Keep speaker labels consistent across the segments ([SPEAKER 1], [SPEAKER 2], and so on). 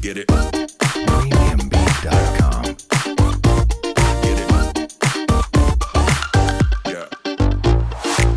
[SPEAKER 1] Get it. Premiumbeat.com. Get it. Yeah.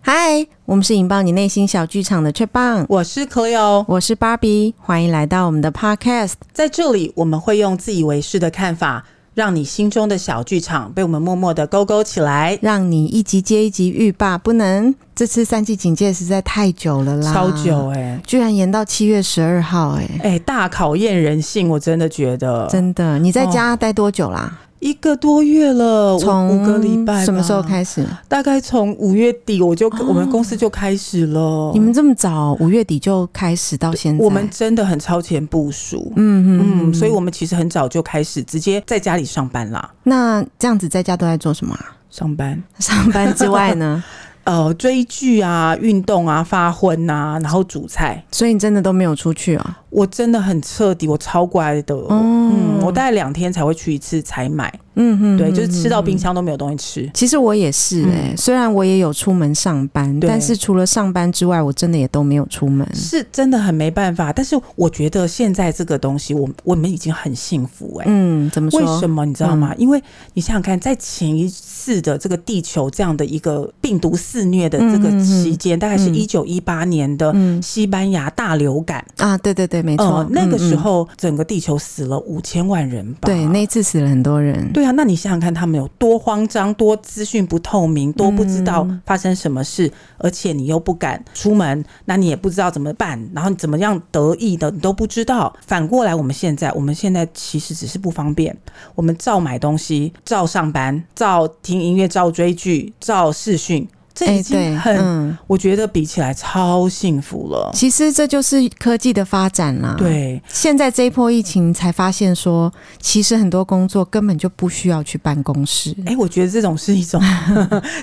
[SPEAKER 2] 嗨，我们是引爆你内心小剧场的雀棒，
[SPEAKER 3] 我是 Cleo，
[SPEAKER 2] 我是芭比，欢迎来到我们的 Podcast。
[SPEAKER 3] 在这里我们会用自以为是的看法，让你心中的小剧场被我们默默的勾勾起来，
[SPEAKER 2] 让你一集接一集欲罢不能。这次三级警戒实在太久了啦，
[SPEAKER 3] 超久，哎、
[SPEAKER 2] 居然延到七月十二号、哎、
[SPEAKER 3] 欸、哎、大考验人性，我真的觉得
[SPEAKER 2] 真的，你在家待多久啦？
[SPEAKER 3] 一个多月了，五
[SPEAKER 2] 从、
[SPEAKER 3] 哦五个礼拜，哦
[SPEAKER 2] 什么时候？开始？
[SPEAKER 3] 大概从五月底我就、我们公司就开始了，
[SPEAKER 2] 哦你们这么早，五月底就开始到现在，
[SPEAKER 3] 我们真的很超前部署。
[SPEAKER 2] 嗯嗯
[SPEAKER 3] 嗯，所以我们其实很早就开始直接在家里上班啦，
[SPEAKER 2] 那这样子在家都在做什么、 啊？
[SPEAKER 3] 上班，
[SPEAKER 2] 上班之外呢？
[SPEAKER 3] 呃，追剧啊，运动啊，发昏啊，然后煮菜，
[SPEAKER 2] 所以你真的都没有出去哦。
[SPEAKER 3] 我真的很彻底，我超乖的。嗯，我大概两天才会去一次采买，
[SPEAKER 2] 嗯哼，
[SPEAKER 3] 对，就是吃到冰箱都没有东西吃。
[SPEAKER 2] 其实我也是哎、虽然我也有出门上班，
[SPEAKER 3] 嗯对
[SPEAKER 2] 但是除了上班之外，我真的也都没有出门。
[SPEAKER 3] 是真的很没办法，但是我觉得现在这个东西，我我们已经很幸福哎、
[SPEAKER 2] 嗯，怎么说？嗯
[SPEAKER 3] 为什么你知道吗？因为你想想看，在前一次的这个地球这样的一个病毒肆虐的这个
[SPEAKER 2] 嗯嗯嗯
[SPEAKER 3] 期间，大概是
[SPEAKER 2] 嗯
[SPEAKER 3] 一九一八年的
[SPEAKER 2] 嗯
[SPEAKER 3] 西班牙大流感，
[SPEAKER 2] 啊，对对对，没错、
[SPEAKER 3] 呃，那个
[SPEAKER 2] 嗯
[SPEAKER 3] 时
[SPEAKER 2] 嗯
[SPEAKER 3] 候整个地球死了五千万人吧？
[SPEAKER 2] 对，那一次死了很多人。
[SPEAKER 3] 对啊，那你想想看，他们有多慌张，多资讯不透明，多不知道
[SPEAKER 2] 嗯
[SPEAKER 3] 发生什么事，而且你又不敢出门，那你也不知道怎么办，然后你怎么样得意的，你都不知道。反过来，我们现在，我们现在其实只是不方便，我们照买东西，照上班，照听音乐，照追剧，照视讯，这已
[SPEAKER 2] 哎，
[SPEAKER 3] 经
[SPEAKER 2] 对，
[SPEAKER 3] 很，哦
[SPEAKER 2] 嗯，
[SPEAKER 3] 我觉得比起来超幸福了。
[SPEAKER 2] 其实这就是科技的发展啦。，
[SPEAKER 3] 对，
[SPEAKER 2] 现在这一波疫情才发现说，其实很多工作根本就不需要去办公室。
[SPEAKER 3] 哎、我觉得这种是一 种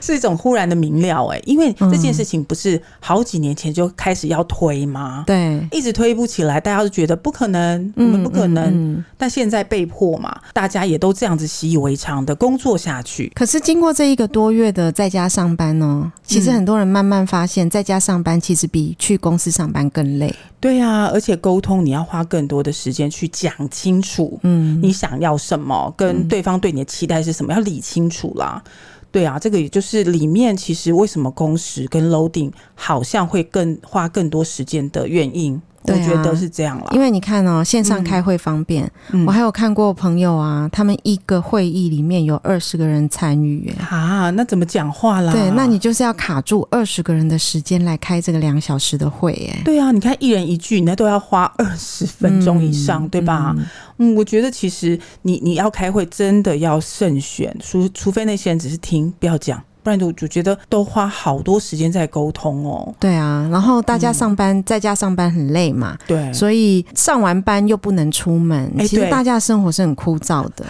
[SPEAKER 3] 是一种忽然的明了哎、因为这件事情不是好几年前就开始要推吗？
[SPEAKER 2] 对，
[SPEAKER 3] 一直推不起来，大家都觉得不可能，我
[SPEAKER 2] 嗯
[SPEAKER 3] 们不可能。
[SPEAKER 2] 嗯嗯
[SPEAKER 3] 但现在被迫嘛，大家也都这样子习以为常的工作下去。
[SPEAKER 2] 可是经过这一个多月的在家上班哦，其
[SPEAKER 3] 嗯
[SPEAKER 2] 实很多人慢慢发现，在家上班其实比去公司上班更累。
[SPEAKER 3] 对啊，而且沟通你要花更多的时间去讲清楚
[SPEAKER 2] 嗯，
[SPEAKER 3] 你想要什么，跟对方对你的期待是什么，要理清楚啦。对啊，这个也就是里面其实为什么工时跟 loading 好像会更花更多时间的原因，我
[SPEAKER 2] 对啊
[SPEAKER 3] 觉得是这样啦。
[SPEAKER 2] 因为你看哦，线上开会方便，
[SPEAKER 3] 嗯
[SPEAKER 2] 我还有看过朋友啊，他们一个会议里面有二十个人参与耶。
[SPEAKER 3] 啊，那怎么讲话啦？
[SPEAKER 2] 对，那你就是要卡住二十个人的时间来开这个两小时的会，耶。
[SPEAKER 3] 对啊，你看一人一句，那都要花二十分钟以上，对吧？嗯，我觉得其实你你要开会真的要慎选，除除非那些人只是听不要讲，不然我就觉得都花好多时间在沟通哦。
[SPEAKER 2] 对啊，然后大家上班、在家上班很累嘛，
[SPEAKER 3] 嗯对，
[SPEAKER 2] 所以上完班又不能出门，
[SPEAKER 3] 哎
[SPEAKER 2] 其实
[SPEAKER 3] 对
[SPEAKER 2] 大家的生活是很枯燥 的。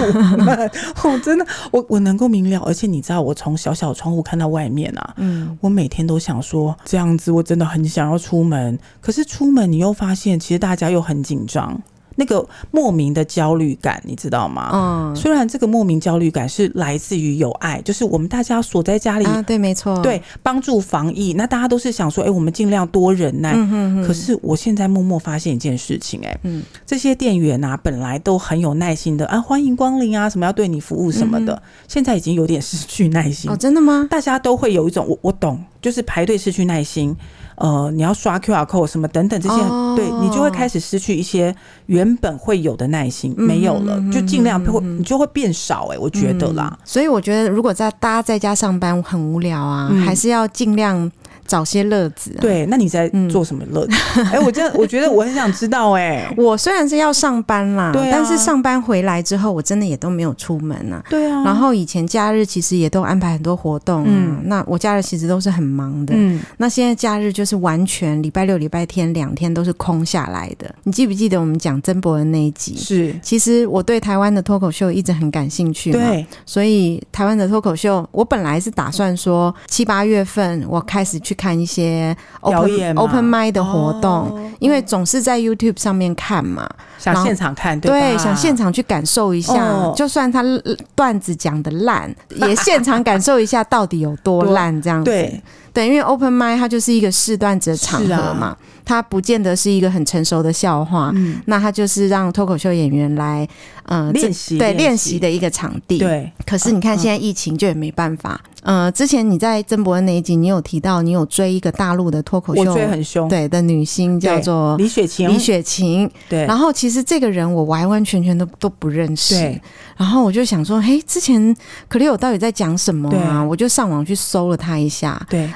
[SPEAKER 3] 我哦真的，我我能够明了，而且你知道，我从小小窗户看到外面啊，
[SPEAKER 2] 嗯，
[SPEAKER 3] 我每天都想说，这样子我真的很想要出门，可是出门你又发现，其实大家又很紧张，那个莫名的焦虑感，你知道吗？
[SPEAKER 2] 嗯
[SPEAKER 3] 虽然这个莫名焦虑感是来自于有爱，就是我们大家锁在家里，
[SPEAKER 2] 啊，对，没错，
[SPEAKER 3] 对，帮助防疫，那大家都是想说，哎、我们尽量多忍耐。
[SPEAKER 2] 嗯哼哼，
[SPEAKER 3] 可是我现在默默发现一件事情、哎，
[SPEAKER 2] 嗯
[SPEAKER 3] 这些店员啊，本来都很有耐心的啊，欢迎光临啊，什么要对你服务什么的，现在已经有点失去耐心。
[SPEAKER 2] 嗯哦，真的吗？
[SPEAKER 3] 大家都会有一种我我懂，就是排队失去耐心，呃，你要刷 QR code 什么等等这些，
[SPEAKER 2] 哦
[SPEAKER 3] 对你就会开始失去一些原本会有的耐心，
[SPEAKER 2] 嗯
[SPEAKER 3] 没有了，
[SPEAKER 2] 嗯
[SPEAKER 3] 就尽量会、你就会变少、哎，我觉得啦，
[SPEAKER 2] 所以我觉得，如果在大家在家上班很无聊啊，
[SPEAKER 3] 嗯
[SPEAKER 2] 还是要尽量找些乐子、啊。，
[SPEAKER 3] 对，那你在
[SPEAKER 2] 嗯
[SPEAKER 3] 做什么乐子？哎、我真的我觉得我很想知道、哎，
[SPEAKER 2] 我虽然是要上班啦，
[SPEAKER 3] 对啊
[SPEAKER 2] 但是上班回来之后，我真的也都没有出门啊。
[SPEAKER 3] 对啊
[SPEAKER 2] 然后以前假日其实也都安排很多活动、啊，
[SPEAKER 3] 嗯
[SPEAKER 2] 那我假日其实都是很忙的。
[SPEAKER 3] 嗯，
[SPEAKER 2] 那现在假日就是完全礼拜六、礼拜天两天都是空下来的。你记不记得我们讲曾伯恩那一集？
[SPEAKER 3] 是
[SPEAKER 2] 其实我对台湾的脱口秀一直很感兴趣嘛，
[SPEAKER 3] 对，
[SPEAKER 2] 所以台湾的脱口秀，我本来是打算说七八月份我开始去看一些 open,
[SPEAKER 3] 表演嘛
[SPEAKER 2] open m i 的活动，
[SPEAKER 3] 哦
[SPEAKER 2] 因为总是在 YouTube 上面看嘛，
[SPEAKER 3] 想
[SPEAKER 2] 然后
[SPEAKER 3] 现场看，对
[SPEAKER 2] 对，
[SPEAKER 3] 吧
[SPEAKER 2] 想现场去感受一下，
[SPEAKER 3] 哦
[SPEAKER 2] 就算他呃段子讲的 烂，也现场感受一下到底有多烂这样子。
[SPEAKER 3] 对，
[SPEAKER 2] 对，因为 open mic 它就是一个试段子的场
[SPEAKER 3] 是
[SPEAKER 2] 合
[SPEAKER 3] 啊
[SPEAKER 2] 嘛，它不见得是一个很成熟的笑话，
[SPEAKER 3] 嗯，
[SPEAKER 2] 那它就是让脱口秀演员来，嗯、呃，这
[SPEAKER 3] 练习
[SPEAKER 2] 对练习
[SPEAKER 3] 习
[SPEAKER 2] 的一个场地。，
[SPEAKER 3] 对，嗯
[SPEAKER 2] 可是你看现在疫情就也没办法。呃，之前你在曾伯恩那一集，你有提到你有追一个大陆的脱口
[SPEAKER 3] 我
[SPEAKER 2] 秀
[SPEAKER 3] 追很凶，
[SPEAKER 2] 对的女星
[SPEAKER 3] 对，
[SPEAKER 2] 叫做
[SPEAKER 3] 李雪琴，
[SPEAKER 2] 李雪琴，
[SPEAKER 3] 对，
[SPEAKER 2] 然后其实这个人我完完全全都都不认识
[SPEAKER 3] 对，
[SPEAKER 2] 然后我就想说，嘿，之前克里有到底在讲什么啊？
[SPEAKER 3] 对
[SPEAKER 2] 我就上网去搜了他一下，
[SPEAKER 3] 对，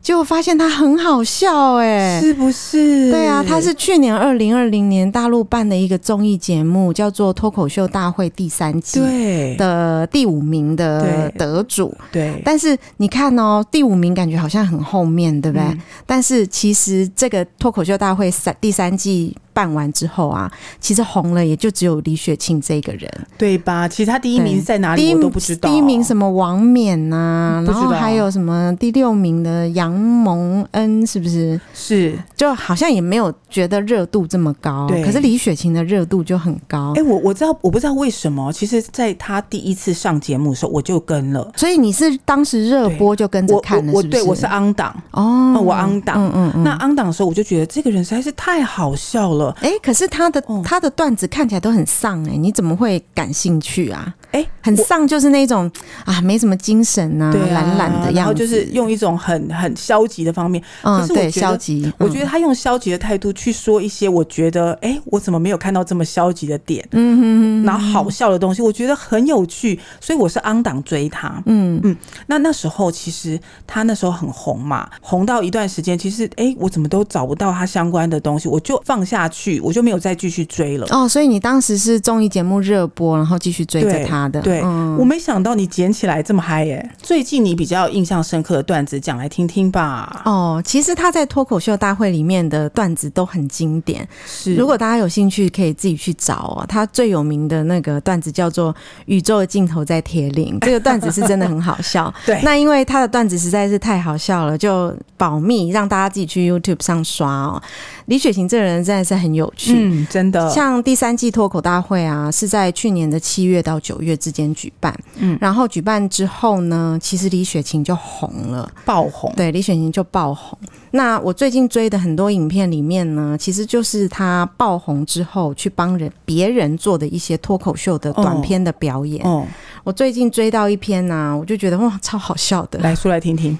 [SPEAKER 2] 结果发现他很好笑哎、
[SPEAKER 3] 是不是？
[SPEAKER 2] 对啊，他是去年二零二零年大陆办的一个综艺节目，叫做《脱口秀大会》第三季
[SPEAKER 3] 对
[SPEAKER 2] 的第五名的
[SPEAKER 3] 对
[SPEAKER 2] 得主。
[SPEAKER 3] 对，
[SPEAKER 2] 但是你看哦，第五名感觉好像很后面，对不对？
[SPEAKER 3] 嗯
[SPEAKER 2] 但是其实这个脱口秀大会三第三季办完之后啊，其实红了也就只有李雪琴这个人。
[SPEAKER 3] 对吧？其实他第一名在哪
[SPEAKER 2] 第
[SPEAKER 3] 里
[SPEAKER 2] 一
[SPEAKER 3] 啊我都不知道，
[SPEAKER 2] 第一名什么王冕呐、
[SPEAKER 3] 嗯不
[SPEAKER 2] 然
[SPEAKER 3] 知道
[SPEAKER 2] 后还有什么第六名的杨蒙恩，是不是？
[SPEAKER 3] 是？
[SPEAKER 2] 就好像也没有觉得热度这么高，
[SPEAKER 3] 对
[SPEAKER 2] 可是李雪琴的热度就很高
[SPEAKER 3] 哎、。我我知道，我不知道为什么，其实在他第一次上节目的时候我就跟了。
[SPEAKER 2] 所以你是当时热播就跟着
[SPEAKER 3] 我
[SPEAKER 2] 看了，
[SPEAKER 3] 我我
[SPEAKER 2] 是不
[SPEAKER 3] 对我是 on 档，
[SPEAKER 2] 哦
[SPEAKER 3] 嗯，我 on 档。
[SPEAKER 2] 嗯嗯嗯。
[SPEAKER 3] 那 on 档的时候，我就觉得这个人实在是太好笑了。
[SPEAKER 2] 哎、可是他的、
[SPEAKER 3] 哦
[SPEAKER 2] 他的段子看起来都很丧哎、你怎么会感兴趣啊？
[SPEAKER 3] 哎
[SPEAKER 2] 很
[SPEAKER 3] 我
[SPEAKER 2] 丧就是那种啊，没什么精神啊，
[SPEAKER 3] 对啊
[SPEAKER 2] 懒懒、的
[SPEAKER 3] 然
[SPEAKER 2] 样
[SPEAKER 3] 后
[SPEAKER 2] 子，
[SPEAKER 3] 就是用一种很很消极的方面，
[SPEAKER 2] 嗯，
[SPEAKER 3] 可是我
[SPEAKER 2] 对
[SPEAKER 3] 觉得
[SPEAKER 2] 消极。嗯
[SPEAKER 3] 我觉
[SPEAKER 2] 得
[SPEAKER 3] 得他用消极的态度去说一些我觉得，哎、我怎么没有看到这么消极的点，
[SPEAKER 2] 嗯嗯
[SPEAKER 3] 然后好笑的东西，我觉得很有趣，所以我是 on 档追他。
[SPEAKER 2] 嗯
[SPEAKER 3] 那那时候其实他那时候很红嘛，红到一段时间，其实哎、诶我怎么都找不到他相关的东西，我就放下去，我就没有再继续追了。
[SPEAKER 2] 哦，所以你当时是综艺节目热播，然后继续追着
[SPEAKER 3] 对
[SPEAKER 2] 他的，
[SPEAKER 3] 对
[SPEAKER 2] 嗯
[SPEAKER 3] 我没想到你捡起来这么嗨耶、最近你比较印象深刻的段子，讲来听听吧。
[SPEAKER 2] 哦，其实他在脱口秀大会里面的段子都很经典，
[SPEAKER 3] 是，
[SPEAKER 2] 如果大家有兴趣，可以自己去找哦。他最有名的那个段子叫做“宇宙的尽头在铁岭”，这个段子是真的很好笑。
[SPEAKER 3] 对
[SPEAKER 2] 那因为他的段子实在是太好笑了，就保密让大家自己去 YouTube 上刷哦。李雪琴这个人真的是很有趣。
[SPEAKER 3] 嗯，真的，
[SPEAKER 2] 像第三季脱口大会啊，是在去年的七月到九月之间举办。嗯
[SPEAKER 3] 嗯，
[SPEAKER 2] 然后举办之后呢，其实李雪琴就红了。
[SPEAKER 3] 爆红，
[SPEAKER 2] 对，李雪琴就爆红。那我最近追的很多影片里面呢，其实就是她爆红之后去帮人别人做的一些脱口秀的短片的表演。
[SPEAKER 3] 哦，
[SPEAKER 2] 我最近追到一篇呢、我就觉得哇，超好笑的。
[SPEAKER 3] 来说来听听。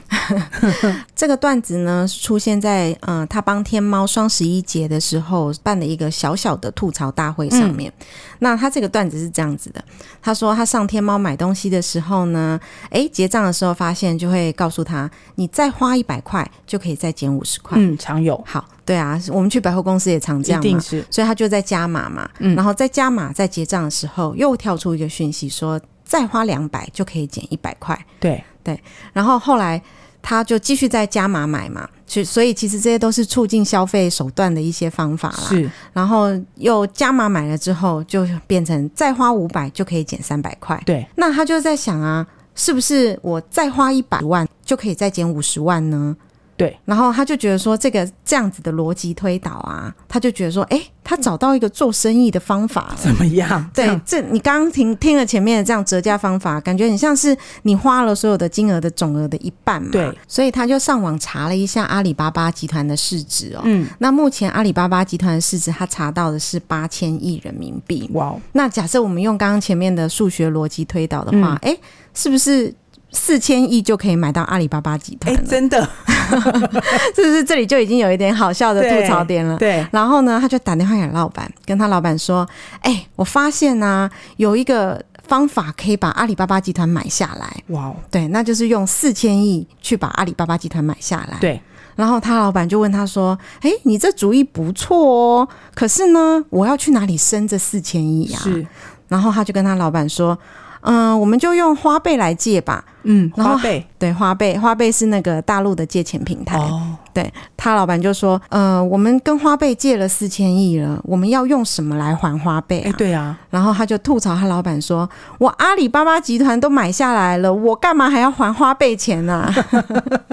[SPEAKER 2] 这个段子呢，是出现在嗯，呃他帮天猫双十一节的时候办的一个小小的吐槽大会上面。
[SPEAKER 3] 嗯
[SPEAKER 2] 那他这个段子是这样子的：他说他上天猫买东西的时候呢，诶，结账的时候发现就会告诉他，你再花一百块就可以再减五十块。
[SPEAKER 3] 嗯，常有，
[SPEAKER 2] 好，对啊，我们去百货公司也常这
[SPEAKER 3] 一
[SPEAKER 2] 样
[SPEAKER 3] 定
[SPEAKER 2] 嘛。
[SPEAKER 3] 是
[SPEAKER 2] 所以他就在加码嘛，
[SPEAKER 3] 嗯
[SPEAKER 2] 然后在加码在结账的时候又跳出一个讯息说再花两百就可以减一百块，
[SPEAKER 3] 对，
[SPEAKER 2] 然后后来他就继续在加码买嘛，所以所以其实这些都是促进消费手段的一些方法啦。
[SPEAKER 3] 是
[SPEAKER 2] 然后又加码买了之后，就变成再花五百就可以减三百块。
[SPEAKER 3] 对，
[SPEAKER 2] 那他就在想啊，是不是我再花一百万就可以再减五十万呢？
[SPEAKER 3] 对，
[SPEAKER 2] 然后他就觉得说，这个这样子的逻辑推导啊，他就觉得说，诶，他找到一个做生意的方法了。
[SPEAKER 3] 怎么样？这
[SPEAKER 2] 对
[SPEAKER 3] 样，
[SPEAKER 2] 这你刚刚听听了前面的这样折价方法，感觉很像是你花了所有的金额的总额的一半嘛。
[SPEAKER 3] 对，
[SPEAKER 2] 所以他就上网查了一下阿里巴巴集团的市值哦。
[SPEAKER 3] 嗯，
[SPEAKER 2] 那目前阿里巴巴集团的市值，他查到的是八千亿人民币。
[SPEAKER 3] 哇哦，
[SPEAKER 2] 那假设我们用刚刚前面的数学逻辑推导的话，
[SPEAKER 3] 嗯
[SPEAKER 2] 诶，是不是四千亿就可以买到阿里巴巴集团
[SPEAKER 3] 哎，
[SPEAKER 2] 了？
[SPEAKER 3] 真的，
[SPEAKER 2] 是不是这里就已经有一点好笑的吐槽点了？
[SPEAKER 3] 对，
[SPEAKER 2] 然后呢，他就打电话给老板，跟他老板说：“哎、我发现呢、有一个方法可以把阿里巴巴集团买下来。
[SPEAKER 3] 哇哦，
[SPEAKER 2] 对，那就是用四千亿去把阿里巴巴集团买下来。
[SPEAKER 3] 对，
[SPEAKER 2] 然后他老板就问他说：‘哎、你这主意不错哦，可是呢，我要去哪里生这四千亿啊？’
[SPEAKER 3] 是，
[SPEAKER 2] 然后他就跟他老板说：‘嗯、我们就用花呗来借吧。’”
[SPEAKER 3] 嗯，
[SPEAKER 2] 然
[SPEAKER 3] 花
[SPEAKER 2] 后
[SPEAKER 3] 呗
[SPEAKER 2] 对花呗，花呗是那个大陆的借钱平台。
[SPEAKER 3] 哦，
[SPEAKER 2] 对他老板就说：“呃，我们跟花呗借了四千亿了，我们要用什么来还花呗、
[SPEAKER 3] 哎，
[SPEAKER 2] 啊？”
[SPEAKER 3] 对啊，
[SPEAKER 2] 然后他就吐槽他老板说：“我阿里巴巴集团都买下来了，我干嘛还要还花呗钱呢、啊？”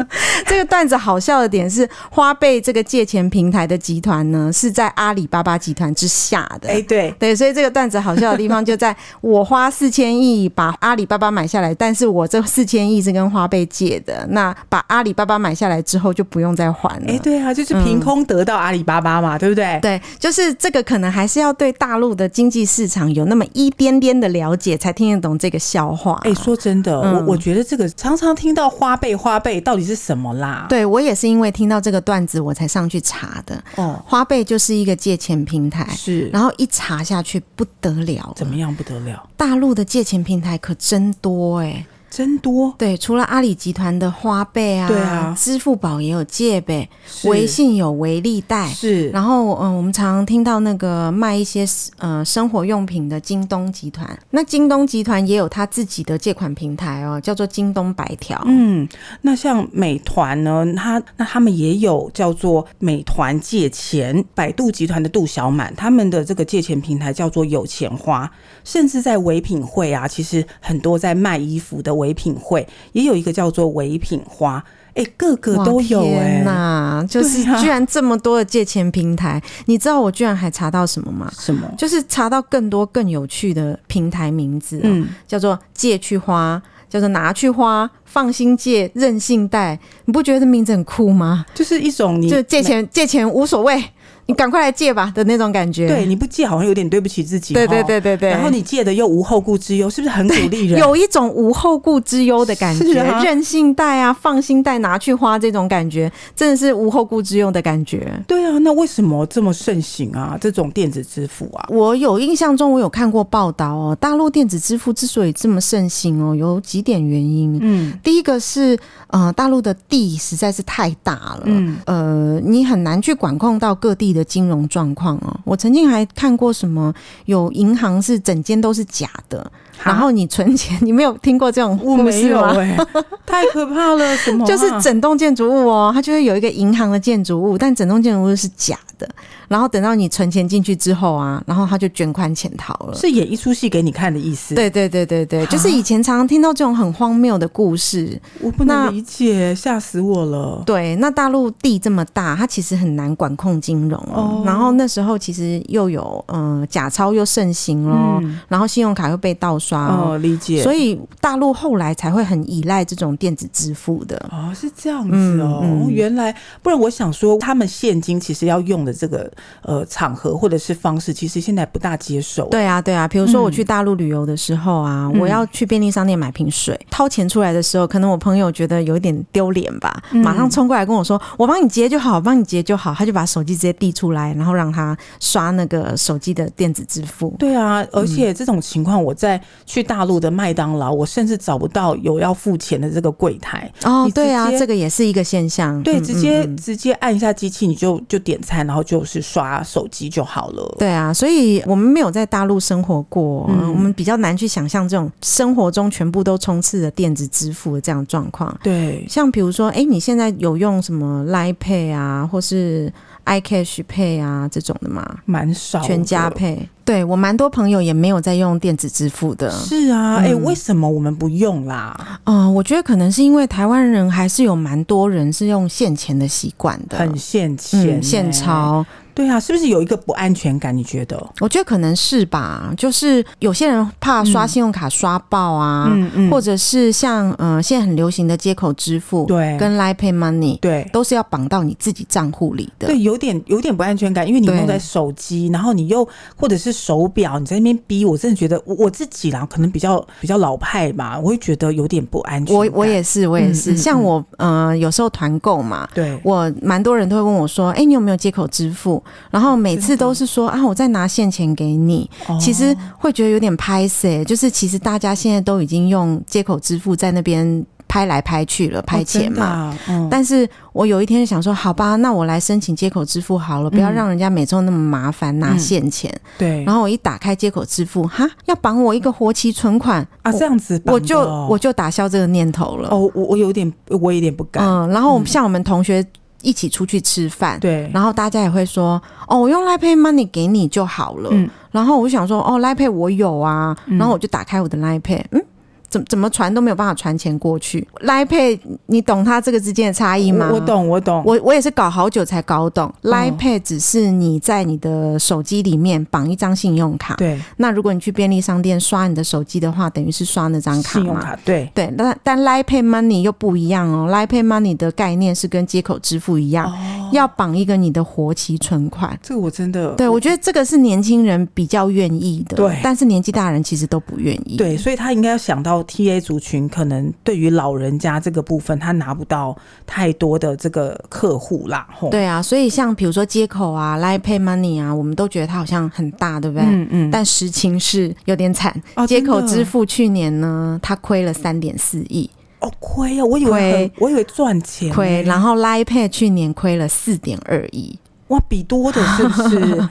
[SPEAKER 2] 这个段子好笑的点是，花呗这个借钱平台的集团呢是在阿里巴巴集团之下的。
[SPEAKER 3] 哎，对，
[SPEAKER 2] 对，所以这个段子好笑的地方就 在我花四千亿把阿里巴巴买下来，但是我这四千亿是跟花呗借的，那把阿里巴巴买下来之后就不用再还了。
[SPEAKER 3] 哎，对啊，就是凭空得到阿里巴巴嘛，对不对？
[SPEAKER 2] 嗯对，啊就是这个，可能还是要对大陆的经济市场有那么一点点的了解，才听得懂这个笑话。
[SPEAKER 3] 哎，说真的，
[SPEAKER 2] 嗯
[SPEAKER 3] 我我觉得这个常常听到花呗，花呗到底是什么啦？
[SPEAKER 2] 对我也是因为听到这个段子，我才上去查的。
[SPEAKER 3] 哦，
[SPEAKER 2] 花呗就是一个借钱平台，
[SPEAKER 3] 是
[SPEAKER 2] 然后一查下去不得了，
[SPEAKER 3] 怎么样不得了，
[SPEAKER 2] 大陆的借钱平台可真多哎、
[SPEAKER 3] 真多，
[SPEAKER 2] 对，除了阿里集团的花呗啊，
[SPEAKER 3] 对啊
[SPEAKER 2] 支付宝也有借呗，
[SPEAKER 3] 是
[SPEAKER 2] 微信有微利贷。
[SPEAKER 3] 是，
[SPEAKER 2] 然后，嗯，我们常常听到那个卖一些呃生活用品的京东集团，那京东集团也有他自己的借款平台哦，叫做京东白条。
[SPEAKER 3] 嗯，那像美团呢，它那他们也有叫做美团借钱，百度集团的杜小满，他们的这个借钱平台叫做有钱花，甚至在唯品会啊，其实很多在卖衣服的唯品会也有一个叫做唯品花，哎、各个
[SPEAKER 2] 哇
[SPEAKER 3] 都有哎、
[SPEAKER 2] 天呐，就是
[SPEAKER 3] 对啊
[SPEAKER 2] 居然这么多的借钱平台，你知道我居然还查到什么吗？
[SPEAKER 3] 什么？
[SPEAKER 2] 就是查到更多更有趣的平台名字、哦，
[SPEAKER 3] 嗯，
[SPEAKER 2] 叫做借去花，叫做拿去花，放心借，任性贷。你不觉得这名字很酷吗？
[SPEAKER 3] 就是一种你
[SPEAKER 2] 就借钱，借钱无所谓，你赶快来借吧的那种感觉。
[SPEAKER 3] 对你不借好像有点对不起自己，
[SPEAKER 2] 对对
[SPEAKER 3] 齁。
[SPEAKER 2] 对对对。
[SPEAKER 3] 然后你借的又无后顾之忧，是不是很鼓励人？
[SPEAKER 2] 有一种无后顾之忧的感
[SPEAKER 3] 是
[SPEAKER 2] 觉，
[SPEAKER 3] 啊
[SPEAKER 2] 任性贷啊，放心贷拿去花这种感觉，真的是无后顾之忧的感觉。
[SPEAKER 3] 对啊，那为什么这么盛行啊？这种电子支付啊？
[SPEAKER 2] 我有印象中，我有看过报道哦，大陆电子支付之所以这么盛行哦，有几点原因。
[SPEAKER 3] 嗯，
[SPEAKER 2] 第一个是呃，大陆的地实在是太大了，
[SPEAKER 3] 嗯
[SPEAKER 2] 呃，你很难去管控到各地的金融状况哦。我曾经还看过什么有银行是整间都是假的，然后你存钱，你没有听过这种
[SPEAKER 3] 我
[SPEAKER 2] 故
[SPEAKER 3] 没
[SPEAKER 2] 事
[SPEAKER 3] 有
[SPEAKER 2] 吗？
[SPEAKER 3] 哎、 太可怕了，什么 啊、
[SPEAKER 2] 就是整栋建筑物哦，它就会有一个银行的建筑物，但整栋建筑物是假的。然后等到你存钱进去之后啊，然后他就卷款潜逃了。
[SPEAKER 3] 是演一出戏给你看的意思。，
[SPEAKER 2] 对对对对对，就是以前常常听到这种很荒谬的故事，
[SPEAKER 3] 我不
[SPEAKER 2] 那
[SPEAKER 3] 能理解，吓死我了。
[SPEAKER 2] 对，那大陆地这么大，它其实很难管控金融哦。
[SPEAKER 3] 哦
[SPEAKER 2] 然后那时候其实又有呃假钞又盛行咯，
[SPEAKER 3] 嗯，
[SPEAKER 2] 然后信用卡又被盗刷哦。
[SPEAKER 3] 哦，理解。
[SPEAKER 2] 所
[SPEAKER 3] 以
[SPEAKER 2] 以大陆后来才会很依赖这种电子支付的，
[SPEAKER 3] 哦，是这样子哦。
[SPEAKER 2] 嗯嗯
[SPEAKER 3] 哦原来不然，我想说，他们现金其实要用的这个呃场合或者是方式，其实现在不大接受。，
[SPEAKER 2] 对啊，对啊。比如说我去大陆旅游的时候啊，
[SPEAKER 3] 嗯
[SPEAKER 2] 我要去便利商店买瓶水，掏钱出来的时候，可能我朋友觉得有一点丢脸吧，马上冲过来跟我说：“我帮你结就好，我帮你结就好。”他就把手机直接递出来，然后让他刷那个手机的电子支付。
[SPEAKER 3] 对啊，
[SPEAKER 2] 嗯
[SPEAKER 3] 而且这种情况，我在去大陆的麦当劳，我甚至找不到有要付钱的这个柜台。
[SPEAKER 2] 哦
[SPEAKER 3] 你，
[SPEAKER 2] 对
[SPEAKER 3] 直
[SPEAKER 2] 啊，
[SPEAKER 3] 接
[SPEAKER 2] 这个也是一个现象。
[SPEAKER 3] 对，
[SPEAKER 2] 嗯
[SPEAKER 3] 直接、
[SPEAKER 2] 嗯嗯
[SPEAKER 3] 直接按一下机器，你就就点餐，然后就是刷手机就好了。
[SPEAKER 2] 对啊，所以我们没有在大陆生活过，
[SPEAKER 3] 嗯
[SPEAKER 2] 我们比较难去想象这种生活中全部都充斥着电子支付的这样的状况。
[SPEAKER 3] 对，
[SPEAKER 2] 像比如说，哎，你现在有用什么 Line Pay 啊，或是 iCash Pay 啊这种的吗？
[SPEAKER 3] 蛮少的。
[SPEAKER 2] 全家 Pay，对我蛮多朋友也没有在用电子支付的。
[SPEAKER 3] 是啊，哎、
[SPEAKER 2] 嗯
[SPEAKER 3] 为什么我们不用啦？
[SPEAKER 2] 嗯、我觉得可能是因为台湾人还是有蛮多人是用现钱的习惯的，
[SPEAKER 3] 很欸现钱、
[SPEAKER 2] 嗯现。钞。
[SPEAKER 3] 对啊，是不是有一个不安全感？你觉得？
[SPEAKER 2] 我觉得可能是吧，就是有些人怕刷信用卡刷爆啊，
[SPEAKER 3] 嗯
[SPEAKER 2] 或者是像呃现在很流行的接口支付，
[SPEAKER 3] 对
[SPEAKER 2] 跟 Line Pay Money
[SPEAKER 3] 对。
[SPEAKER 2] 都是要绑到你自己账户里的。
[SPEAKER 3] 对，有点有点不安全感，因为你
[SPEAKER 2] 对
[SPEAKER 3] 弄在手机，然后你又或者是手表，你在那边逼我，真的觉得我我自己啦，可能比较比较老派嘛，我会觉得有点不安全
[SPEAKER 2] 我
[SPEAKER 3] 感。
[SPEAKER 2] 我也是，我也是，
[SPEAKER 3] 嗯嗯
[SPEAKER 2] 像我呃有时候团购嘛。
[SPEAKER 3] 对，
[SPEAKER 2] 我蛮多人都会问我说：“哎、你有没有接口支付？”然后每次都是说：“啊，我再拿现钱给你。
[SPEAKER 3] 哦
[SPEAKER 2] 其实欸会觉得有点拍死、就是其实大家现在都已经用接口支付在那边。拍来拍去了，拍钱嘛。
[SPEAKER 3] 哦真的啊嗯
[SPEAKER 2] 但是我有一天想说，好吧，那我来申请接口支付好了，不
[SPEAKER 3] 嗯
[SPEAKER 2] 要让人家每周那么麻烦拿现钱。
[SPEAKER 3] 对，
[SPEAKER 2] 然后我一打开接口支付，哈，要绑我一个活期存款
[SPEAKER 3] 啊，这样子绑的哦，
[SPEAKER 2] 我我就我就打消这个念头了。
[SPEAKER 3] 哦，我我有点，我有点不敢。
[SPEAKER 2] 嗯，然后我们像我们同学一起出去吃饭，
[SPEAKER 3] 对，
[SPEAKER 2] 然后大家也会说，哦，我用 Line Pay Money 给你就好了。
[SPEAKER 3] 嗯
[SPEAKER 2] 然后我就想说，哦，Line Pay 我有啊，然后我就打开我的 Line Pay，嗯。怎怎么传都没有办法传钱过去，Line Pay，你懂它这个之间的差异吗？
[SPEAKER 3] 我我懂，我懂。
[SPEAKER 2] 我我也是搞好久才搞懂、
[SPEAKER 3] 嗯
[SPEAKER 2] l i p a d 只是你在你的手机里面绑一张信用卡。
[SPEAKER 3] 对，
[SPEAKER 2] 那如果你去便利商店刷你的手机的话，等于是刷那张卡
[SPEAKER 3] 信用
[SPEAKER 2] 嘛。
[SPEAKER 3] 卡对。
[SPEAKER 2] 对，那但 Line Pay Money 又不一样哦。Line Pay Money 的概念是跟接口支付一样，
[SPEAKER 3] 哦，
[SPEAKER 2] 要绑一个你的活期存款。
[SPEAKER 3] 这个我真的
[SPEAKER 2] 对，我觉得这个是年轻人比较愿意的，
[SPEAKER 3] 嗯对
[SPEAKER 2] 但是年纪大人其实都不愿意。
[SPEAKER 3] 对，所以他应该要想到 TA 族群，可能对于老人家这个部分，他拿不到太多的这个客户啦。吼，
[SPEAKER 2] 对啊，所以像比如说接口啊、Line Pay Money 啊，我们都觉得它好像很大，对不对？
[SPEAKER 3] 嗯嗯，
[SPEAKER 2] 但实情是有点惨，
[SPEAKER 3] 哦
[SPEAKER 2] 接
[SPEAKER 3] 真的
[SPEAKER 2] 口支付去年呢，它亏了三点四亿，
[SPEAKER 3] 哦亏啊，我以为
[SPEAKER 2] 亏
[SPEAKER 3] 很我以为赚钱
[SPEAKER 2] 亏，
[SPEAKER 3] 了，
[SPEAKER 2] 然后 Line Pay 去年亏了四点二亿。
[SPEAKER 3] 哇，比多的是不是？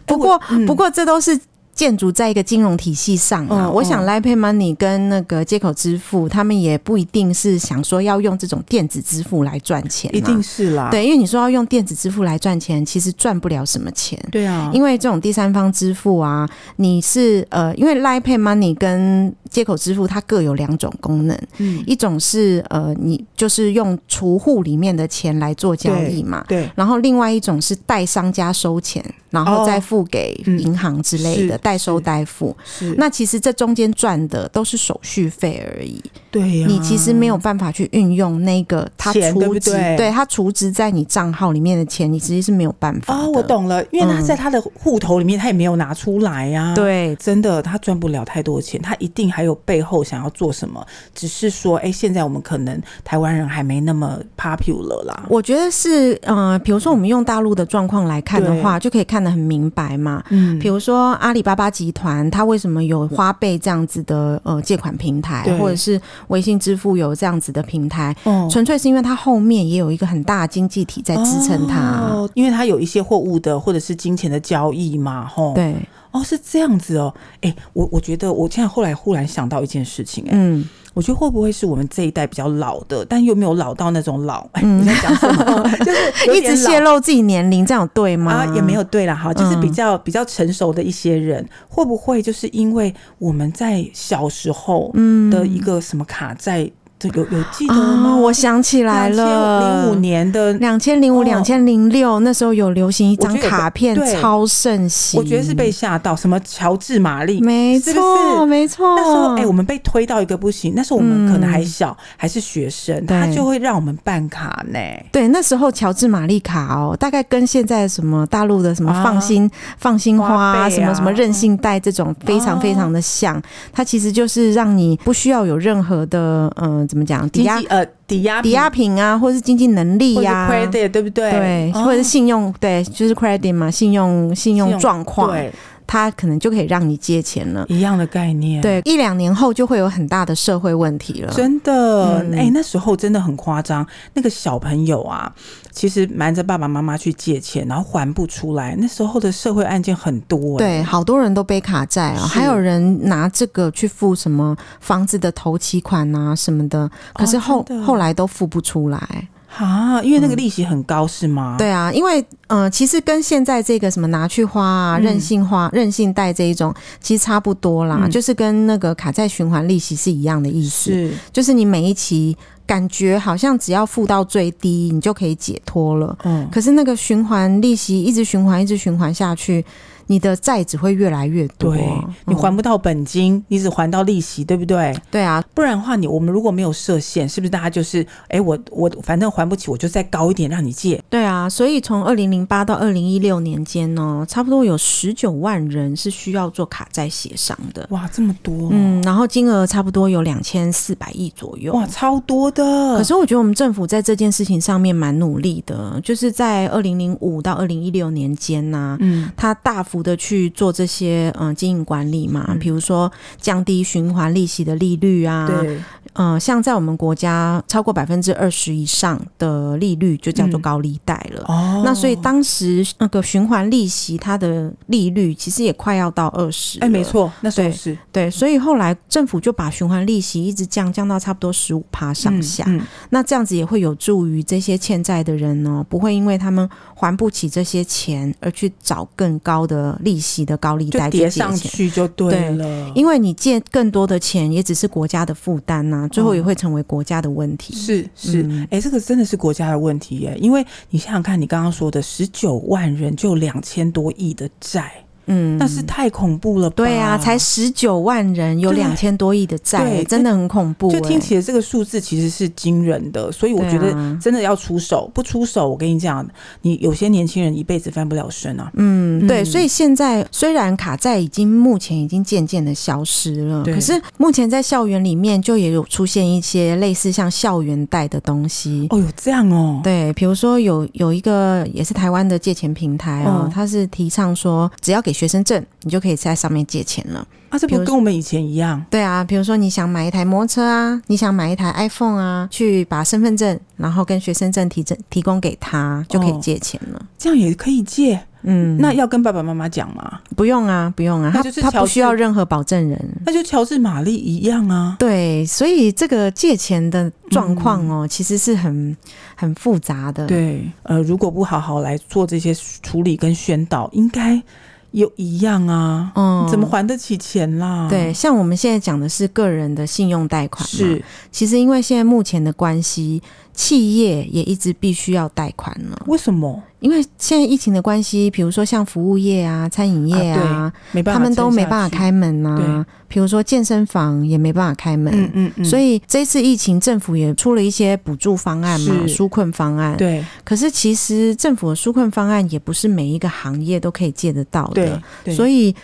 [SPEAKER 2] 不过，
[SPEAKER 3] 嗯
[SPEAKER 2] 不过这都是建筑在一个金融体系上啊。
[SPEAKER 3] 嗯
[SPEAKER 2] 我想
[SPEAKER 3] 嗯
[SPEAKER 2] Line Pay Money 跟那个接口支付，他们也不一定是想说要用这种电子支付来赚钱、啊
[SPEAKER 3] 一定。是啦，
[SPEAKER 2] 对，因为你说要用电子支付来赚钱，其实赚不了什么钱。
[SPEAKER 3] 对啊，
[SPEAKER 2] 因为这种第三方支付啊，你是呃，因为 Line Pay Money 跟接口支付它各有两种功能，
[SPEAKER 3] 嗯，
[SPEAKER 2] 一种是呃，你就是用储户里面的钱来做交易嘛，
[SPEAKER 3] 对
[SPEAKER 2] 然后另外一种是代商家收钱，然后再付给
[SPEAKER 3] 嗯
[SPEAKER 2] 银行之类的、
[SPEAKER 3] 是
[SPEAKER 2] 代收代付。
[SPEAKER 3] 是，
[SPEAKER 2] 那其实这中间赚的都是手续费而已，
[SPEAKER 3] 对呀，
[SPEAKER 2] 你其实没有办法去运用那个它
[SPEAKER 3] 钱对
[SPEAKER 2] 储
[SPEAKER 3] 不
[SPEAKER 2] 值，
[SPEAKER 3] 对
[SPEAKER 2] 它储值在你账号里面的钱，你其实是没有办法
[SPEAKER 3] 哦，
[SPEAKER 2] 的
[SPEAKER 3] 我。懂了，因为他
[SPEAKER 2] 嗯
[SPEAKER 3] 在他的户头里面，他也没有拿出来呀、啊。。
[SPEAKER 2] 对
[SPEAKER 3] 真的，他赚不了太多钱，他一定还有背后想要做什么，只是说，哎、现在我们可能台湾人还没那么 popular 啦。
[SPEAKER 2] 我觉得是，呃，比如说我们用大陆的状况来看的话，就可以看得很明白嘛。
[SPEAKER 3] 嗯
[SPEAKER 2] 比如说阿里巴巴集团，它为什么有花呗这样子的呃借款平台
[SPEAKER 3] 对，
[SPEAKER 2] 或者是微信支付有这样子的平台，
[SPEAKER 3] 哦
[SPEAKER 2] 纯粹是因为它后面也有一个很大的经济体在支撑它。
[SPEAKER 3] 哦，因为他有一些货物的或者是金钱的交易嘛，吼。。
[SPEAKER 2] 对，
[SPEAKER 3] 哦，是这样子哦。哎、我我觉得我现在后来忽然想到一件事情、诶哎
[SPEAKER 2] 嗯，
[SPEAKER 3] 我觉得会不会是我们这一代比较老的，但又没有老到那种老？哎、你在讲什么？ 就是有
[SPEAKER 2] 嗯 一
[SPEAKER 3] 点
[SPEAKER 2] 直
[SPEAKER 3] 老
[SPEAKER 2] 泄露自己年龄，这样有对吗？
[SPEAKER 3] 啊，也没有对啦，哈，就是比
[SPEAKER 2] 嗯
[SPEAKER 3] 较、比较成熟的一些人，会不会就是因为我们在小时候
[SPEAKER 2] 嗯
[SPEAKER 3] 的一个什么卡债，这有有记得吗？
[SPEAKER 2] 啊，我想起来了，
[SPEAKER 3] 零五年的，
[SPEAKER 2] 两千零五、两千零六那时候有流行一张
[SPEAKER 3] 我觉得有
[SPEAKER 2] 卡片
[SPEAKER 3] 对，
[SPEAKER 2] 超盛行。
[SPEAKER 3] 我觉得是被吓到，什么乔治玛丽，
[SPEAKER 2] 没
[SPEAKER 3] 是不
[SPEAKER 2] 错，
[SPEAKER 3] 是
[SPEAKER 2] 没错。
[SPEAKER 3] 那时候，哎、我们被推到一个不行。那时候我们可能还小，还是学生，
[SPEAKER 2] 嗯
[SPEAKER 3] 他
[SPEAKER 2] 对
[SPEAKER 3] 就会让我们办卡呢。
[SPEAKER 2] 对那时候乔治玛丽卡哦，大概跟现在什么大陆的什么
[SPEAKER 3] 啊
[SPEAKER 2] 放心、放心花、
[SPEAKER 3] 花呗啊哦
[SPEAKER 2] 什么什么任性贷这种非常非常的像，它其实就是让你不需要有任何的嗯、呃怎么讲抵
[SPEAKER 3] 经
[SPEAKER 2] 押
[SPEAKER 3] 济呃抵押
[SPEAKER 2] 抵
[SPEAKER 3] 品
[SPEAKER 2] 押品啊，或是经济能力
[SPEAKER 3] 或者
[SPEAKER 2] 呀、
[SPEAKER 3] credit 对不对？
[SPEAKER 2] 对，
[SPEAKER 3] 哦
[SPEAKER 2] 或者是信用，对，就是 credit 嘛，信用信
[SPEAKER 3] 信
[SPEAKER 2] 用
[SPEAKER 3] 用
[SPEAKER 2] 状况，
[SPEAKER 3] 对
[SPEAKER 2] 它可能就可以让你借钱了。
[SPEAKER 3] 一样的概念。
[SPEAKER 2] 对，一两年后就会有很大的社会问题了。
[SPEAKER 3] 真的，哎、
[SPEAKER 2] 嗯
[SPEAKER 3] 那时候真的很夸张。那个小朋友啊，其实瞒着爸爸妈妈去借钱，然后还不出来。那时候的社会案件很多、哎，
[SPEAKER 2] 对，好多人都背卡债啊、
[SPEAKER 3] 是
[SPEAKER 2] 还有人拿这个去付什么房子的头期款啊什么的，可是后、
[SPEAKER 3] 哦真的
[SPEAKER 2] 后来都付不出来。
[SPEAKER 3] 啊，因为那个利息很高，是吗？，
[SPEAKER 2] 嗯对啊，因为呃，其实跟现在这个什么拿去花啊、
[SPEAKER 3] 嗯
[SPEAKER 2] 任性花、任性贷这一种，其实差不多啦，
[SPEAKER 3] 嗯
[SPEAKER 2] 就是跟那个卡债循环利息是一样的意思，
[SPEAKER 3] 是
[SPEAKER 2] 就是你每一期感觉好像只要付到最低，你就可以解脱了。
[SPEAKER 3] 嗯，
[SPEAKER 2] 可是那个循环利息一直循环，一直循环下去，你的债只会越来越多。
[SPEAKER 3] 对
[SPEAKER 2] 嗯，
[SPEAKER 3] 你还不到本金，你只还到利息，对不对？
[SPEAKER 2] 对啊，
[SPEAKER 3] 不然的话你，我们如果没有设限，是不是大家就是，哎、我我反正还不起，我就再高一点让你借。
[SPEAKER 2] 对啊，所以从二零零八到二零一六年间呢，差不多有十九万人是需要做卡债协商的，
[SPEAKER 3] 哇，这么多，
[SPEAKER 2] 嗯，然后金额差不多有两千四百亿左右。
[SPEAKER 3] 哇，超多的。
[SPEAKER 2] 可是我觉得我们政府在这件事情上面蛮努力的，就是在二零零五到二零一六年间呢、
[SPEAKER 3] 嗯，
[SPEAKER 2] 它大幅的去做这些嗯、呃经营管理
[SPEAKER 3] 嗯
[SPEAKER 2] 嘛，比如说降低循环利息的利率啊，
[SPEAKER 3] 对，
[SPEAKER 2] 嗯，像在我们国家，超过百分之二十以上的利率就叫做
[SPEAKER 3] 嗯
[SPEAKER 2] 高利贷了。
[SPEAKER 3] 哦
[SPEAKER 2] 啊那所以当时那个循环利息，它的利率其实也快要到二十。
[SPEAKER 3] 哎，没，错，那时候
[SPEAKER 2] 对
[SPEAKER 3] 是
[SPEAKER 2] 对，所以后来政府就把循环利息一直降，降到差不多十五趴上下。
[SPEAKER 3] 嗯嗯
[SPEAKER 2] 那这样子也会有助于这些欠债的人呢，不会因为他们还不起这些钱而去找更高的利息的高利
[SPEAKER 3] 就
[SPEAKER 2] 贷去
[SPEAKER 3] 叠
[SPEAKER 2] 借
[SPEAKER 3] 上
[SPEAKER 2] 钱。
[SPEAKER 3] 去就对
[SPEAKER 2] 对
[SPEAKER 3] 了，
[SPEAKER 2] 因为你借更多的钱，也只是国家的负担呐，最后也会成为国家的问题。
[SPEAKER 3] 哦是是，哎、
[SPEAKER 2] 嗯
[SPEAKER 3] 这个真的是国家的问题耶，因为你想想看，你刚刚说的十九万人就两千多亿的债，
[SPEAKER 2] 嗯，
[SPEAKER 3] 那是太恐怖了吧？
[SPEAKER 2] 对啊，才十九万人，有
[SPEAKER 3] 对
[SPEAKER 2] 两千多亿的债
[SPEAKER 3] 对，
[SPEAKER 2] 真的很恐怖、欸。
[SPEAKER 3] 就听起来这个数字其实是惊人的，所以我
[SPEAKER 2] 对啊
[SPEAKER 3] 觉得真的要出手，不出手，我跟你讲，你有些年轻人一辈子翻不了身啊。
[SPEAKER 2] 嗯，对，
[SPEAKER 3] 嗯
[SPEAKER 2] 所以现在虽然卡债已经目前已经渐渐的消失了，
[SPEAKER 3] 对
[SPEAKER 2] 可是目前在校园里面就也有出现一些类似像校园贷的东西。
[SPEAKER 3] 哦，有这样哦，
[SPEAKER 2] 对，比如说有有一个也是台湾的借钱平台哦
[SPEAKER 3] 嗯，
[SPEAKER 2] 它是提倡说只要给学生证，你就可以在上面借钱了。
[SPEAKER 3] 啊，这
[SPEAKER 2] 比
[SPEAKER 3] 不
[SPEAKER 2] 如
[SPEAKER 3] 跟我们以前一样？
[SPEAKER 2] 对啊，比如说你想买一台摩托车啊，你想买一台 iPhone 啊，去把身份证，然后跟学生证提证提供给他，就可以借钱了。
[SPEAKER 3] 这样也可以借？
[SPEAKER 2] 嗯，
[SPEAKER 3] 哦那要跟爸爸妈妈讲嘛？
[SPEAKER 2] 不用啊，不用啊，
[SPEAKER 3] 那
[SPEAKER 2] 他
[SPEAKER 3] 就是
[SPEAKER 2] 他
[SPEAKER 3] 乔
[SPEAKER 2] 不需要
[SPEAKER 3] 治
[SPEAKER 2] 任何保证人。
[SPEAKER 3] 那就乔治玛丽一样啊。
[SPEAKER 2] 对，所以这个借钱的状况哦，其实是很很复杂的。，
[SPEAKER 3] 嗯对，呃，如果不好好来做这些处理跟宣导，应该有一样啊，
[SPEAKER 2] 嗯
[SPEAKER 3] 你怎么？还得起钱啦？
[SPEAKER 2] 对，，像我们现在讲的是个人的信用贷款，
[SPEAKER 3] 是。
[SPEAKER 2] 其实因为现在目前的关系，企业也一直必须要贷款了。
[SPEAKER 3] 为什么
[SPEAKER 2] 因为现在疫情的关系，比如说像服务业啊、餐饮业啊，
[SPEAKER 3] 没办法？
[SPEAKER 2] 他们都没办法。开门啊。比如说健身房也没办法开门，
[SPEAKER 3] 嗯嗯嗯，
[SPEAKER 2] 所
[SPEAKER 3] 以
[SPEAKER 2] 以这次疫情政府也出了一些补助方案嘛，
[SPEAKER 3] 是
[SPEAKER 2] 纾困方案。
[SPEAKER 3] 对
[SPEAKER 2] 可是其实政府的纾困方案也不是每一个行业都可以借得到
[SPEAKER 3] 对
[SPEAKER 2] 的，
[SPEAKER 3] 对，
[SPEAKER 2] 所
[SPEAKER 3] 以
[SPEAKER 2] 以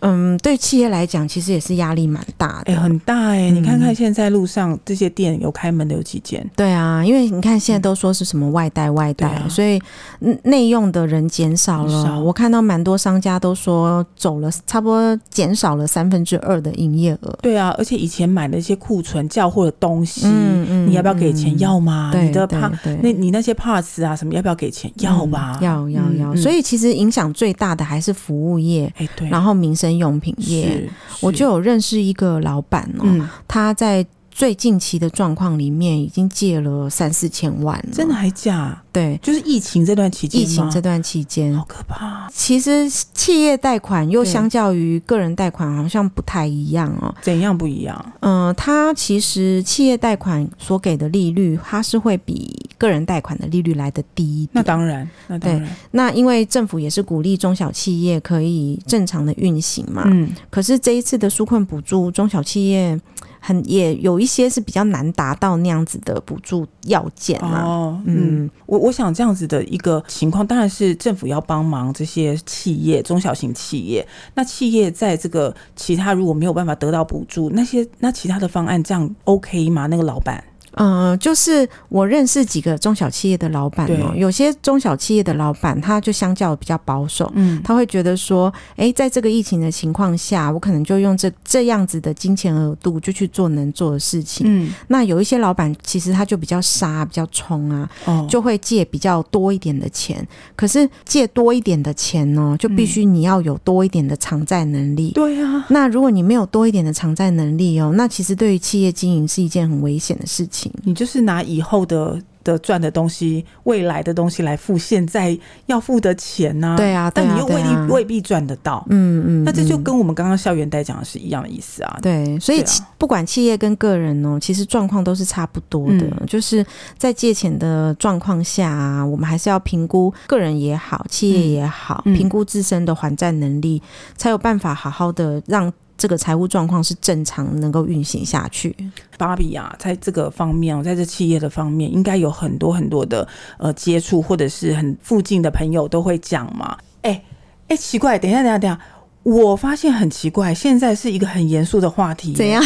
[SPEAKER 2] 嗯，对企业来讲其实也是压力蛮大的。
[SPEAKER 3] 哎、很大哎、你看
[SPEAKER 2] 嗯
[SPEAKER 3] 看现在路上这些店有开门的有几间？
[SPEAKER 2] 对啊，因为你看现在都说是什么外带外带，
[SPEAKER 3] 嗯对啊
[SPEAKER 2] 所以嗯内用的人减少了。
[SPEAKER 3] 很少
[SPEAKER 2] 我看到蛮多商家都说走了，差不多减少了三分之二的营业额。
[SPEAKER 3] 对啊，而且以前买的一些库存叫货的东西，
[SPEAKER 2] 嗯
[SPEAKER 3] 你要不要给钱？
[SPEAKER 2] 嗯
[SPEAKER 3] 要嘛，
[SPEAKER 2] 对
[SPEAKER 3] 你的
[SPEAKER 2] 对
[SPEAKER 3] 怕
[SPEAKER 2] 对
[SPEAKER 3] 那你那些 parts 啊什么要不要给钱？要吧，
[SPEAKER 2] 嗯要要
[SPEAKER 3] 嗯
[SPEAKER 2] 要。
[SPEAKER 3] 嗯
[SPEAKER 2] 所以其实影响最大的还是服务业，
[SPEAKER 3] 哎、对，
[SPEAKER 2] 然后民生用品业。
[SPEAKER 3] 是
[SPEAKER 2] 我
[SPEAKER 3] 是
[SPEAKER 2] 就有认识一个老板哦，
[SPEAKER 3] 嗯，
[SPEAKER 2] 他在最近期的状况里面已经借了三四千万了，
[SPEAKER 3] 真的还假？
[SPEAKER 2] 对。
[SPEAKER 3] 就是疫情这段期间
[SPEAKER 2] 疫
[SPEAKER 3] 吗，
[SPEAKER 2] 情这段期间
[SPEAKER 3] 好，可怕，
[SPEAKER 2] 其实企业贷款又
[SPEAKER 3] 对
[SPEAKER 2] 相较于个人贷款好像不太一样哦。
[SPEAKER 3] 怎样不一样？
[SPEAKER 2] 嗯、它其实企业贷款所给的利率，它是会比个人贷款的利率来的低一点。
[SPEAKER 3] 那当然，那当然，
[SPEAKER 2] 那因为政府也是鼓励中小企业可以正常的运行嘛。
[SPEAKER 3] 嗯，
[SPEAKER 2] 可是这一次的纾困补助，中小企业很也有一些是比较难达到那样子的补助要件啊。
[SPEAKER 3] 哦，嗯，
[SPEAKER 2] 嗯，
[SPEAKER 3] 我我想这样子的一个情况，当然是政府要帮忙这些企业、中小型企业。那企业在这个其他如果没有办法得到补助，那些那其他的方案这样 OK 吗？那个老板，
[SPEAKER 2] 呃，就是我认识几个中小企业的老板哦，
[SPEAKER 3] 对
[SPEAKER 2] 有些中小企业的老板他就相较比较保守，
[SPEAKER 3] 嗯，
[SPEAKER 2] 他会觉得说，诶，在这个疫情的情况下，我可能就用这这样子的金钱额度就去做能做的事情。
[SPEAKER 3] 嗯，
[SPEAKER 2] 那有一些老板其实他就比较杀、比较冲啊，
[SPEAKER 3] 哦，
[SPEAKER 2] 就会借比较多一点的钱。可是借多一点的钱呢，就
[SPEAKER 3] 嗯
[SPEAKER 2] 必须你要有多一点的偿债能力。
[SPEAKER 3] 对啊，
[SPEAKER 2] 那如果你没有多一点的偿债能力哦，那其实对于企业经营是一件很危险的事情。
[SPEAKER 3] 你就是拿以后的的赚的东西、未来的东西来付现在要付的钱呐、
[SPEAKER 2] 对啊，对
[SPEAKER 3] 但
[SPEAKER 2] 啊
[SPEAKER 3] 你又未必、
[SPEAKER 2] 对啊
[SPEAKER 3] 未必赚得到。
[SPEAKER 2] 嗯嗯，
[SPEAKER 3] 那这就
[SPEAKER 2] 嗯
[SPEAKER 3] 跟我们刚刚校园贷讲的是一样的意思啊。
[SPEAKER 2] 对，所以
[SPEAKER 3] 对啊
[SPEAKER 2] 其不管企业跟个人哦，其实状况都是差不多的，
[SPEAKER 3] 嗯
[SPEAKER 2] 就是在借钱的状况下啊，我们还是要评估个人也好，企业也好，
[SPEAKER 3] 嗯嗯
[SPEAKER 2] 评估自身的还债能力，才有办法好好的让。这个财务状况是正常能够运行下去，
[SPEAKER 3] 芭比啊，在这个方面哦，在这企业的方面，应该有很多很多的呃接触，或者是很附近的朋友都会讲嘛。哎、哎、奇怪，等一下，等一下，等一下，我发现很奇怪，现在是一个很严肃的话题，
[SPEAKER 2] 怎样？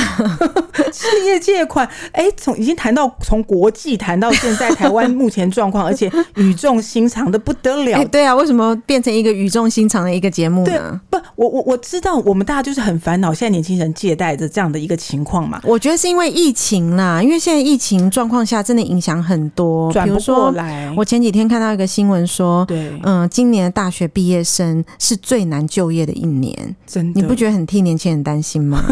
[SPEAKER 3] 企业借款，哎，从已经谈到从国际谈到现在台湾目前状况，而且语重心长的不得了
[SPEAKER 2] 哎、。对啊，为什么变成一个语重心长的一个节目
[SPEAKER 3] 对
[SPEAKER 2] 呢？，
[SPEAKER 3] 不，我我我知道，我们大家就是很烦恼，现在年轻人借贷的这样的一个情况嘛，
[SPEAKER 2] 我觉得是因为疫情啦，因为现在疫情状况下真的影响很多，
[SPEAKER 3] 转
[SPEAKER 2] 比
[SPEAKER 3] 不
[SPEAKER 2] 如
[SPEAKER 3] 过
[SPEAKER 2] 说，
[SPEAKER 3] 来。
[SPEAKER 2] 我前几天看到一个新闻说，
[SPEAKER 3] 对，
[SPEAKER 2] 嗯、今年的大学毕业生是最难就业的一年，
[SPEAKER 3] 真的，
[SPEAKER 2] 你不觉得很替年轻人担心 吗？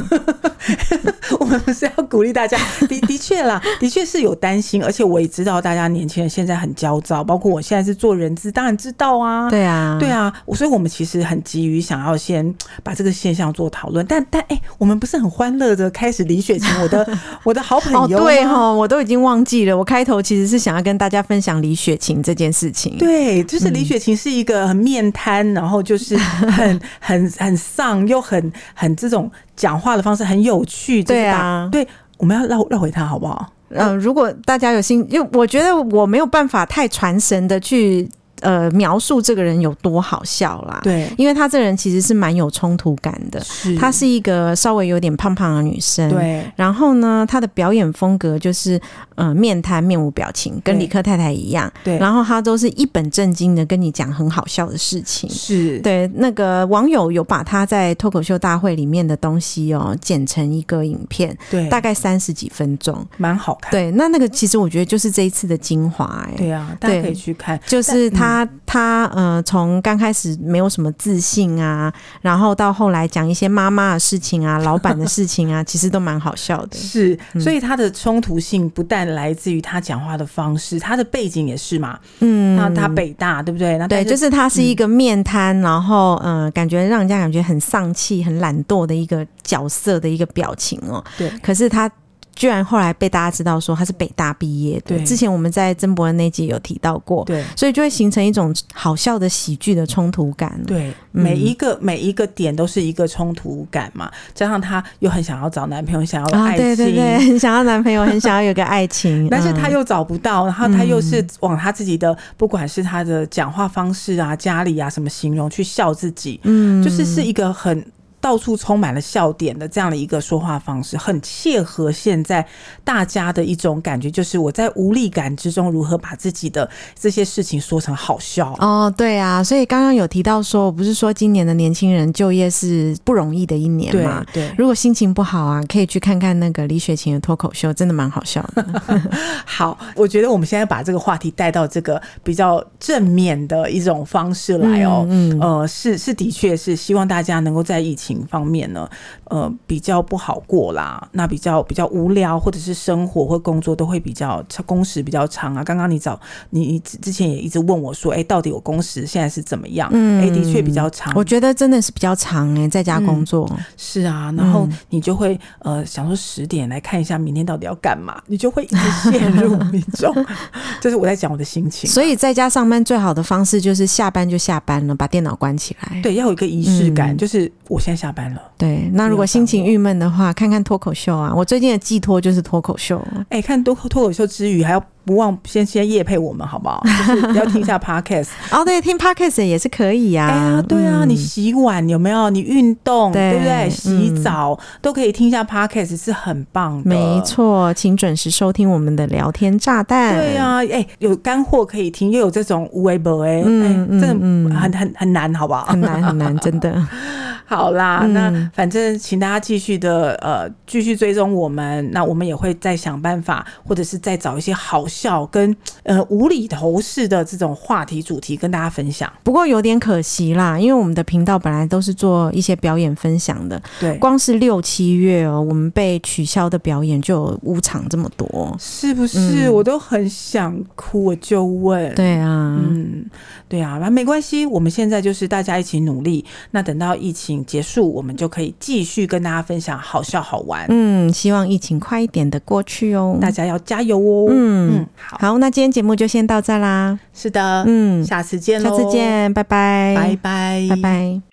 [SPEAKER 3] 我们是要鼓励大家，的的确啦，的确是有担心，而且我也知道大家年轻人现在很焦躁，包括我现在是做人资，当然知道啊。
[SPEAKER 2] 对啊，
[SPEAKER 3] 对啊，我所以我们其实很急于想要先把这个现象做讨论，但但哎、我们不是很欢乐的开始李雪琴，我的我的好朋
[SPEAKER 2] 哦，
[SPEAKER 3] 友吗，
[SPEAKER 2] 对哈，我都已经忘记了。我开头其实是想要跟大家分享李雪琴这件事情。，
[SPEAKER 3] 对，啊就是
[SPEAKER 2] 嗯
[SPEAKER 3] 李雪琴是一个很面瘫，然后就是 很很很丧，又很很这种讲话的方式很有趣，就是
[SPEAKER 2] 对啊
[SPEAKER 3] 把对，我们要绕绕回她好不好？
[SPEAKER 2] 呃，如果大家有兴，因为我觉得我没有办法太传神的去呃描述这个人有多好笑啦。，
[SPEAKER 3] 对，
[SPEAKER 2] 因为她这个人其实是蛮有冲突感的。
[SPEAKER 3] 是
[SPEAKER 2] 她是一个稍微有点胖胖的女生，。
[SPEAKER 3] 对
[SPEAKER 2] 然后呢，她的表演风格就是呃面瘫面无表情，跟
[SPEAKER 3] 对
[SPEAKER 2] 李克太太一样。
[SPEAKER 3] 对，
[SPEAKER 2] 然后她都是一本正经的跟你讲很好笑的事情。
[SPEAKER 3] 是
[SPEAKER 2] 对，那个网友有把他在脱口秀大会里面的东西哦剪成一个影片，
[SPEAKER 3] 对，
[SPEAKER 2] 大概三十几分钟。
[SPEAKER 3] 蛮好看。
[SPEAKER 2] 对，那那个其实我觉得就是这一次的精华、哎，
[SPEAKER 3] 对嗯啊，大家
[SPEAKER 2] 对
[SPEAKER 3] 可以去看。
[SPEAKER 2] 就是他、他呃，从刚开始没有什么自信啊，然后到后来讲一些妈妈的事情啊、老板的事情啊，其实都蛮好笑的。
[SPEAKER 3] 是，
[SPEAKER 2] 嗯
[SPEAKER 3] 所以他的冲突性不但来自于他讲话的方式，他的背景也是嘛。
[SPEAKER 2] 嗯，
[SPEAKER 3] 那他北大对不对？那
[SPEAKER 2] 对，
[SPEAKER 3] 啊但嗯
[SPEAKER 2] 就是他是一个面瘫，然后嗯、呃，感觉让人家感觉很丧气、很懒惰的一个角色的一个表情哦。
[SPEAKER 3] 对
[SPEAKER 2] 可是他居然后来被大家知道说他是北大毕业的
[SPEAKER 3] 对，
[SPEAKER 2] 之前我们在曾伯恩那集有提到过，
[SPEAKER 3] 对
[SPEAKER 2] 所以就会形成一种好笑的喜剧的冲突感。，
[SPEAKER 3] 对，
[SPEAKER 2] 嗯
[SPEAKER 3] 每一个、每一个点都是一个冲突感嘛，加上他又很想要找男朋友，想要
[SPEAKER 2] 啊，
[SPEAKER 3] 爱
[SPEAKER 2] 对
[SPEAKER 3] 情。
[SPEAKER 2] 对对，很想要男朋友，很想要有个爱情，
[SPEAKER 3] 但是他
[SPEAKER 2] 嗯
[SPEAKER 3] 又找不到，然后他又是往他自己的，不管是他的讲话方式啊、家里啊什么形容去笑自己，嗯，就是是一个很到处充满了笑点的这样的一个说话方式，很切合现在大家的一种感觉，就是我在无力感之中如何把自己的这些事情说成好笑。
[SPEAKER 2] 哦，对啊，所以刚刚有提到说，我不是说今年的年轻人就业是不容易的一年
[SPEAKER 3] 对
[SPEAKER 2] 嘛？
[SPEAKER 3] 对，
[SPEAKER 2] 如果心情不好啊，可以去看看那个李雪琴的脱口秀，真的蛮好笑 的。
[SPEAKER 3] 好，我觉得我们现在把这个话题带到这个比较正面的一种方式来哦，
[SPEAKER 2] 嗯嗯
[SPEAKER 3] 呃，是是，的确是希望大家能够在疫情方面呢，呃，比较不好过啦，那比较比较无聊，或者是生活或工作都会比较工时比较长啊。刚刚你找你你之之前也一直问我说，哎、到底我工时现在是怎么样？嗯，哎、的确比较长，
[SPEAKER 2] 我觉得真的是比较长哎、在家工作，
[SPEAKER 3] 是啊，然后
[SPEAKER 2] 嗯
[SPEAKER 3] 你就会、呃想说十点来看一下明天到底要干嘛，你就会一直陷入一 种，就是我在讲我的心情。
[SPEAKER 2] 所以在家上班最好的方式就是下班就下班了，把电脑关起来。
[SPEAKER 3] 对，要有一个仪式感，
[SPEAKER 2] 嗯
[SPEAKER 3] 就是我现在下班了。
[SPEAKER 2] 对那如果心情郁闷的话，看看脱口秀啊。我最近的寄托就是脱口秀，
[SPEAKER 3] 哎，看脱脱口秀之余，还要不忘先先夜配我们，好 不好？就是要听一下 podcast。
[SPEAKER 2] 哦，对，听 podcast 也是可以啊。
[SPEAKER 3] 哎呀，对啊，
[SPEAKER 2] 嗯
[SPEAKER 3] 你洗碗有没有？你运动
[SPEAKER 2] 对
[SPEAKER 3] 对不对？洗
[SPEAKER 2] 嗯
[SPEAKER 3] 澡、都可以听一下 podcast，是很棒的。
[SPEAKER 2] 没错，请准时收听我们的聊天炸弹。
[SPEAKER 3] 对呀、哎、有干货可以听，又有这种无为博哎，
[SPEAKER 2] 嗯
[SPEAKER 3] 哎，真
[SPEAKER 2] 嗯
[SPEAKER 3] 的
[SPEAKER 2] 嗯
[SPEAKER 3] 很很很难，好不好？
[SPEAKER 2] 很难很难，真 的。
[SPEAKER 3] 好啦，
[SPEAKER 2] 嗯
[SPEAKER 3] 那反正请大家继续的呃，继续追踪我们，那我们也会再想办法，或者是再找一些好笑跟呃无厘头式的这种话题主题跟大家分享。
[SPEAKER 2] 不过有点可惜啦，因为我们的频道本来都是做一些表演分享的，
[SPEAKER 3] 对，
[SPEAKER 2] 光是六七月哦，我们被取消的表演就有五场这么多。
[SPEAKER 3] 是不是、
[SPEAKER 2] 嗯
[SPEAKER 3] 我都很想哭？我就问。
[SPEAKER 2] 对啊，
[SPEAKER 3] 嗯，对啊，那没关系，我们现在就是大家一起努力。那等到疫情结束，我们就可以继续跟大家分享好笑好玩，
[SPEAKER 2] 嗯，希望疫情快一点的过去哦。
[SPEAKER 3] 大家要加油哦。
[SPEAKER 2] 嗯
[SPEAKER 3] 嗯，好，
[SPEAKER 2] 好，那今天节目就先到这啦。
[SPEAKER 3] 是的，
[SPEAKER 2] 嗯，
[SPEAKER 3] 下次见
[SPEAKER 2] 下
[SPEAKER 3] 喽，
[SPEAKER 2] 次，见，拜拜，
[SPEAKER 3] 拜拜，
[SPEAKER 2] 拜拜。